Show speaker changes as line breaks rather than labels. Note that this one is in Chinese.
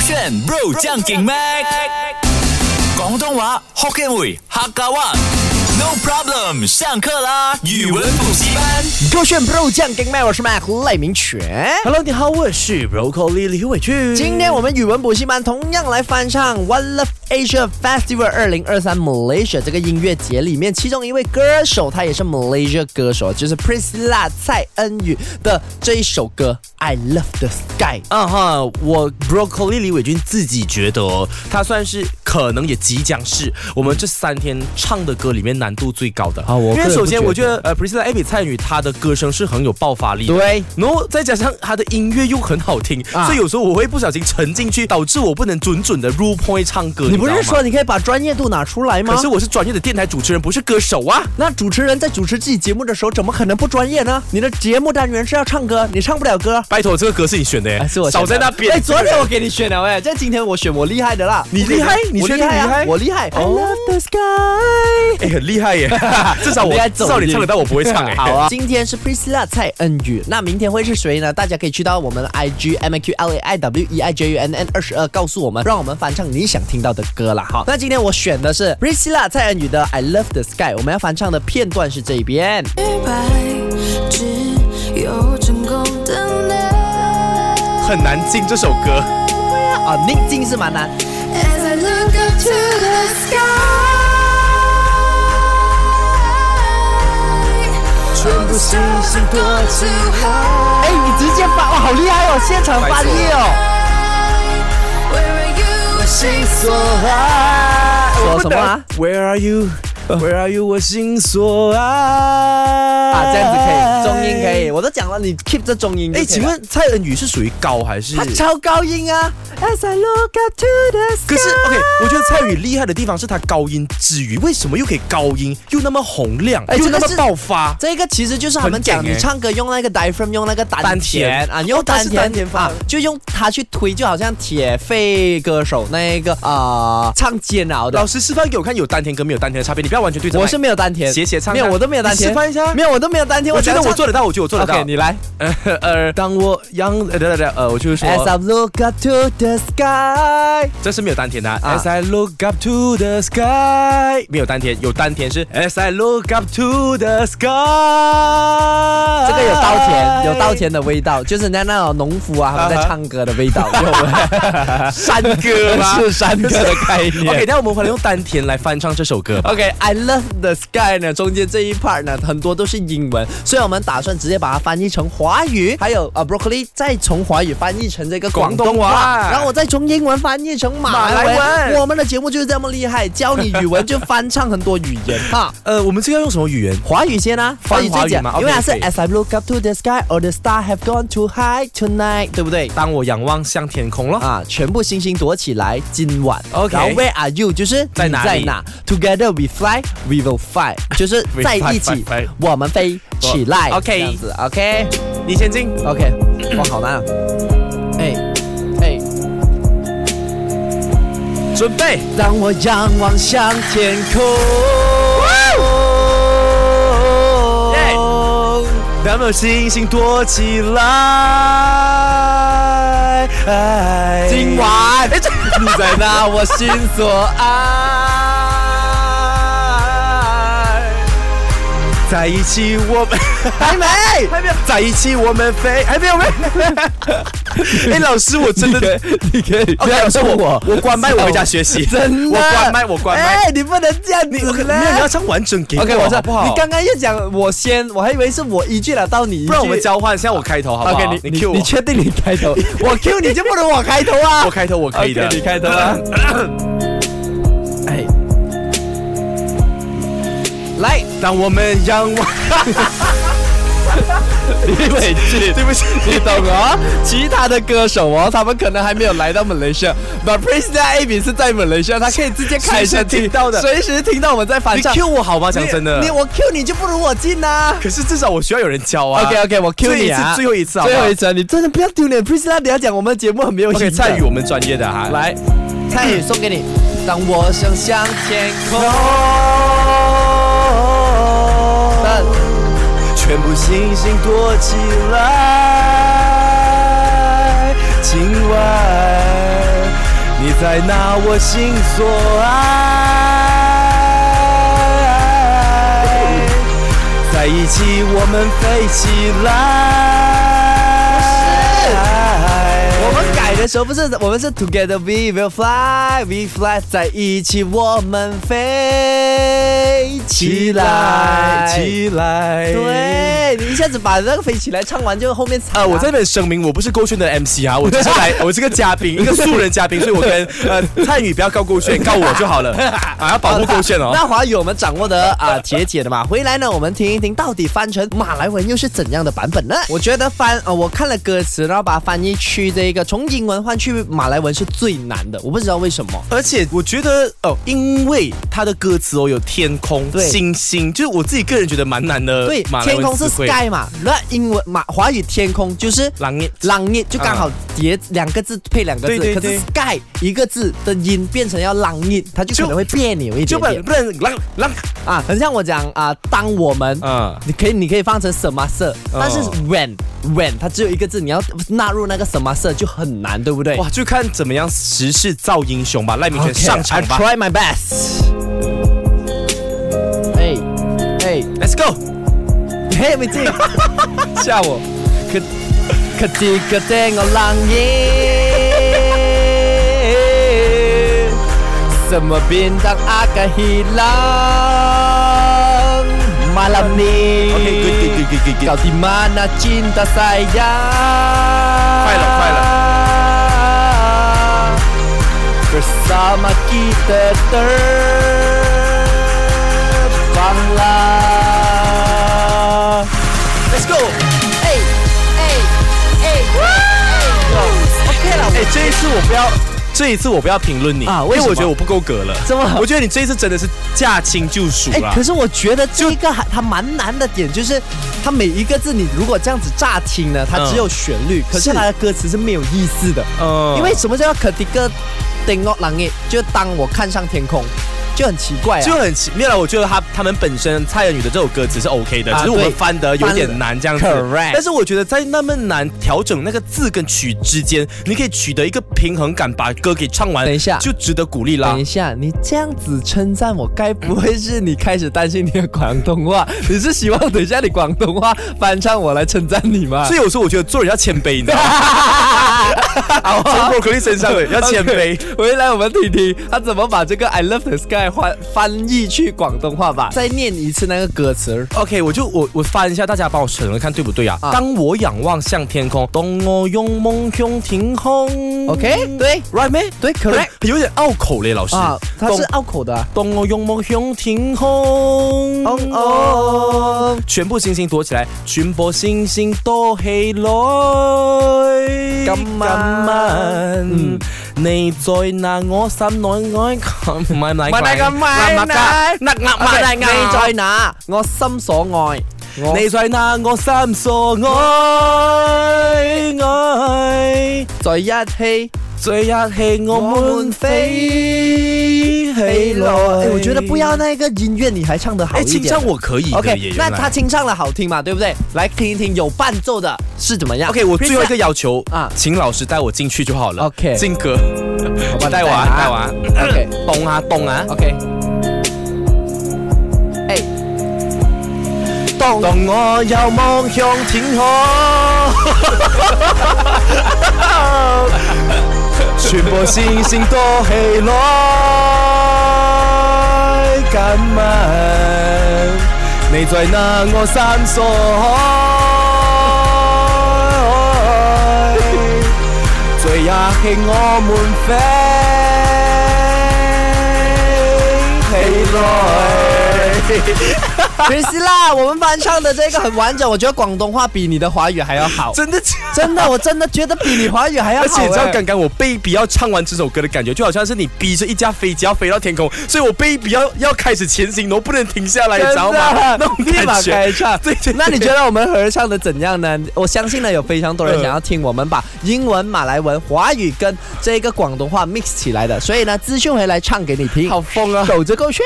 选 Bro 将劲 Mac，广东话 Hokkien 语客家话。No problem，上课啦！语文补习班。
勾选 Pro 酱给麦，我是 Mac 赖明全。
Hello，你好，我是 Broccoli 李伟俊。
今天我们语文补习班同样来翻唱《One Love Asia Festival 2023 Malaysia》这个音乐节里面，其中一位歌手，他也是 Malaysia 歌手，就是 Priscilla 蔡恩宇的这一首歌《I Love the Sky》。
啊哈，我 Broccoli 李伟俊自己觉得哦，他算是可能也即将是我们这三天唱的歌里面难度最高的
啊我
因
个
为
人
首
不
先
觉
我觉得呃 Priscilla Abby 蔡女她的歌声是很有爆发力的。
对，
然后再加上她的音乐又很好听，
啊
所以有时候我会不小心沉进去，导致我不能准准的入 point 唱歌。
你不是
知道吗
说？你可以把专业度拿出来吗
可？是我是专业的电台主持人，不是歌手啊。
那主持人在主持自己节目的时候，怎么可能不专业呢？你的节目单元是要唱歌，你唱不了歌。
拜托，这个歌是你选的耶，
哎，是我选的
少在那边。
哎，昨天我给你选了哎，这今天我选我厉害的啦。
你厉害
我
你确定
我厉
你厉害
啊我厉害。I
哦
love the sky。
哎，很厉 害耶！至少我
很厉害
至少你唱得到，我不会唱哎。
好啊，今天是 Priscilla 蔡恩宇，那明天会是谁呢？大家可以去到我们的 IG M A Q L A I W E I J U N N 二十二，告诉我们，让我们翻唱你想听到的歌啦。好，那今天我选的是 Priscilla 蔡恩宇的 I Love the Sky，我们要翻唱的片段是这一边。
失败，只有成功的你。
很难进这首歌。
啊，宁静是蛮难。
As I look up to the sky，全部星星多出海。
哎，你直接翻，哇，好厉害哦，现场翻译哦。
Where are you？我心所
说什么 啊？哦
？Where are you? Where are you？我心所爱。
啊，
啊
这样子可以，中音可以，。我都讲了，你 keep 这中音就可以了。
哎，请问蔡恩宇是属于高还是？
他超高音啊？As I look up to the sky。
可是 OK，我觉得蔡宇厉害的地方是他高音之余，为什么又可以高音又那么洪亮，
哎
又
这
那
个
么
是
爆发？
这个其实就是他们讲，
很紧欸
你唱歌用那个 diaphragm，用那个丹
丹
田
田
啊，用
哦它
丹
是
田
丹田发
啊，就用它去推，就好像铁肺歌手那个啊、呃唱煎熬的
老。师示范给我看有丹田跟没有丹田的差别，你不要完全对着麦。
我是没有丹田，
斜斜唱
没有，
看
我都没有丹田。
你示范一下
没有，我都没有丹田。
我觉得
只要
我做得到，我觉得我做得到
OK，。你来。
呃呃，当我央呃对对对呃，我就是说
As I look up to the sky，
这是没有丹田的、啊
啊
As I look up to the sky，没有丹田，有丹田是 As I look up to the sky。
这个有稻田，有稻。田的味道，就是人家那种农夫啊，他们在
啊哈
唱歌的味 道，有山歌
吗
是山歌的概念
OK，。那我们回来用丹田来翻唱这首歌吧。
OK，I、love the sky 呢，中间这一 part 呢，很多都是英文，所以我们打算直接把它翻译成华语，还有呃 broccoli 再从华语翻译成这个广东话，
广东话
然后我再从英文翻译成马来文。
马来文
我们的节目就是这么厉害，教你语文就翻唱很多语言 哈。
呃，我们这个要用什么语言？
华语先啊，华语最简
翻华
单，
语吗
因为它是
OK，OK
As I look up to the sky, all the stars have gone too high tonight，对不对？
当我仰望向天空了。
啊，全部星星躲起来，今晚。
哦 OK
然后 Where are you？就是
在哪
你
里
在哪？Together we fly, we will fight，就是在
We
一
fight,
起
fight, fight，
我们飞起来。
我 OK
这样子，OK，
哎你先进。
OK，哇，好难啊！哎哎，
准备。
让我仰望向天空。哦
让我星星躲起来。哎
今晚，
你在那我心所爱，在一起我们
还没，
还没有 在一起我们飞还没有没有。哎，老师，我真的，
你可以
哦老师我我关麦，我回家学习。
真的，
我关麦，我关麦。
哎，你不能这样
你
子
没有，
嘞
你要唱完整给我
OK，我知道
好不好？
你刚刚又讲我先，我还以为是我一句了，到你一句。
不然我们交换，现在我开头好不好
OK，你
你
你
Q 我
你，确定你开头？ 我 Q 你就不能我开头啊？
我开头我可以的
OK，你开头啊。哎，来，
当我们仰望，
李伟俊，
对不起，
你懂哦？其他的歌手哦，他们可能还没有来到马来西亚，But Priscilla A B 是在马来西亚，他可以直接开车
随时听到的
随时听到我们在翻
你
唱。
Q 我好吗？讲真的
你，我 Q 你就不如我进呐。
可是至少我需要有人教啊。
OK OK，我 Q 你啊，
最后一次最后一次好不
最
好
后一次啊，你真的不要丢脸，Priscilla，等一下讲我们的节目很没有意义
OK，
的。
蔡宇，我们专业的哈。
来，蔡宇送给你。当我想向天空，
哦，全部星星躲起来，今晚在那我心所爱，在一起我们飞起来。
我们改的时候不是我们是 Together we will fly, we fly 在一起，我们飞起
起来
来，，
起来。
对你一下子把那个飞起来唱完，就后面啊唱、
呃，我在。这边声明，我不是勾炫的 MC 啊，我只是来， 我是个嘉宾，一个素人嘉宾，所以我跟呃蔡宇不要告勾炫，告我 就好了，啊，要保护勾炫哦。
那华语我们掌握的啊铁姐的嘛，回来呢我们听一听到底翻成马来文又是怎样的版本呢？我觉得翻呃我看了歌词，然后把它翻译去这个从英文换去马来文是最难的，我不知道为什么。
而且我觉得哦，因为他的歌词哦有天空、
对
星星，就是我自己个人觉得蛮难的。
对，
呃马来
天
文
空是
词汇
sky 嘛，那英文马华语天空就是
狼烟
朗念就刚好叠两个字配两个字，
啊对对
可
对
是 sky 一个字的音变成要朗念，它就可能会别扭一
就
点
不然
点
不然狼狼
啊，很像我讲啊，当我们。
啊。嗯
你可以，你可以放成什么色，但是 when when 它只有一个字，你要纳入那个什么色就很难，对不对？
哇，就看怎么样时势造英雄吧，赖明
OK，
轩上场吧
I try my best。哎哎
Let's go，
嘿，美静。
吓我！
Ke- Ketika tengok langit Semua bintang akan hilang Malam ni
Okay, good, good, good, good, good, good.
Kau di mana cinta sayang
Pilot, pilot.
Bersama kita terbanglah Let's go! Hey, hey, hey, hey, OK 了，
哎、这一次我不要，这一次我不要评论你
啊为
因为
什么
我觉得我不够格了。
怎么
我觉得你这一次真的是驾轻就熟
哎、
了。
可是我觉得这个还它蛮难的点就是，它每一个字你如果这样子乍听呢，它
嗯
只有旋律，可是
是
它的歌词是没有意思的。
嗯
因为什么叫可迪哥顶我狼耶？就当我看上天空，就很奇怪啊。
就很奇妙了。我觉得他他们本身蔡恩宇的这首歌词是 OK 的，
啊
只是我们
对
翻的有点难这样子。
翻得 correct
但是我觉得在那么难调整那个字跟曲之间，你可以取得一个平衡感，把歌给唱完，
等一下
就值得鼓励啦
等一。下，你这样子称赞我，该不会是你开始担心你的广东话？ 你是希望等一下你广东话翻唱我来称赞你吗？
所以有时候我觉得做人要谦卑，你知道吗？ 从 Broccoli 身上要谦卑。
回来我们听听他怎么把这个 I love the sky 翻翻译去广东话吧。再念一次那个歌词。
OK，我就我我翻一下，大家帮我审了看对不对啊？
啊
当我仰望向天空，当我用梦想天空。
OK，对
，right 咩？
嗯对，correct
有点拗口嘞，老师。
啊，它
当
是拗口的啊、
当我用梦想天空，
哦哦，
全部星星躲起来，全部星星躲起来。
今晚嗯
晚嗯你在那我心內愛琴，唔係唔係，
唔係唔係唔係
唔係唔係唔係
OK，
唔係
你在哪？我心所愛。我
你在那我心所愛愛，
在一起。
在一起我們飛
哎
起來。
我觉得不要那个音乐，你还唱得好
哎，
一点。
清唱我可以的
OK，
耶
那
原来
他清唱的好听嘛，对不对？来听一听有伴奏的是怎么样
OK，我最后一个
Reset
要求
哦啊，
啊请老师带我进去就好了。
OK
金
我
哥，你
帮你
带我啊，带我啊，
OK
动啊动啊，
OK。哎，
动动啊我哦有梦向 天 空，全部星星都起来，今晚你在那我心所愛，最也是我們飛起來。
c h r i s 啦，我们翻唱的这个很完整，我觉得广东话比你的华语还要好。
真的假的
真的，我真的觉得比你华语还要好
而
哎。
且你知道刚刚我被逼要唱完这首歌的感觉，就好像是你逼着一架飞机要飞到天空，所以我被逼要要开始前行，然后不能停下来，哎
真
你知
的
道吗？那种
立马
感
开
觉。
唱。
对对对
那你觉得我们合唱的怎样呢？我相信呢，有非常多
呃
人想要听我们把英文、马来文、华语跟这个广东话 mix 起来的，所以呢，资讯回来唱给你听。
好疯啊
守着够炫。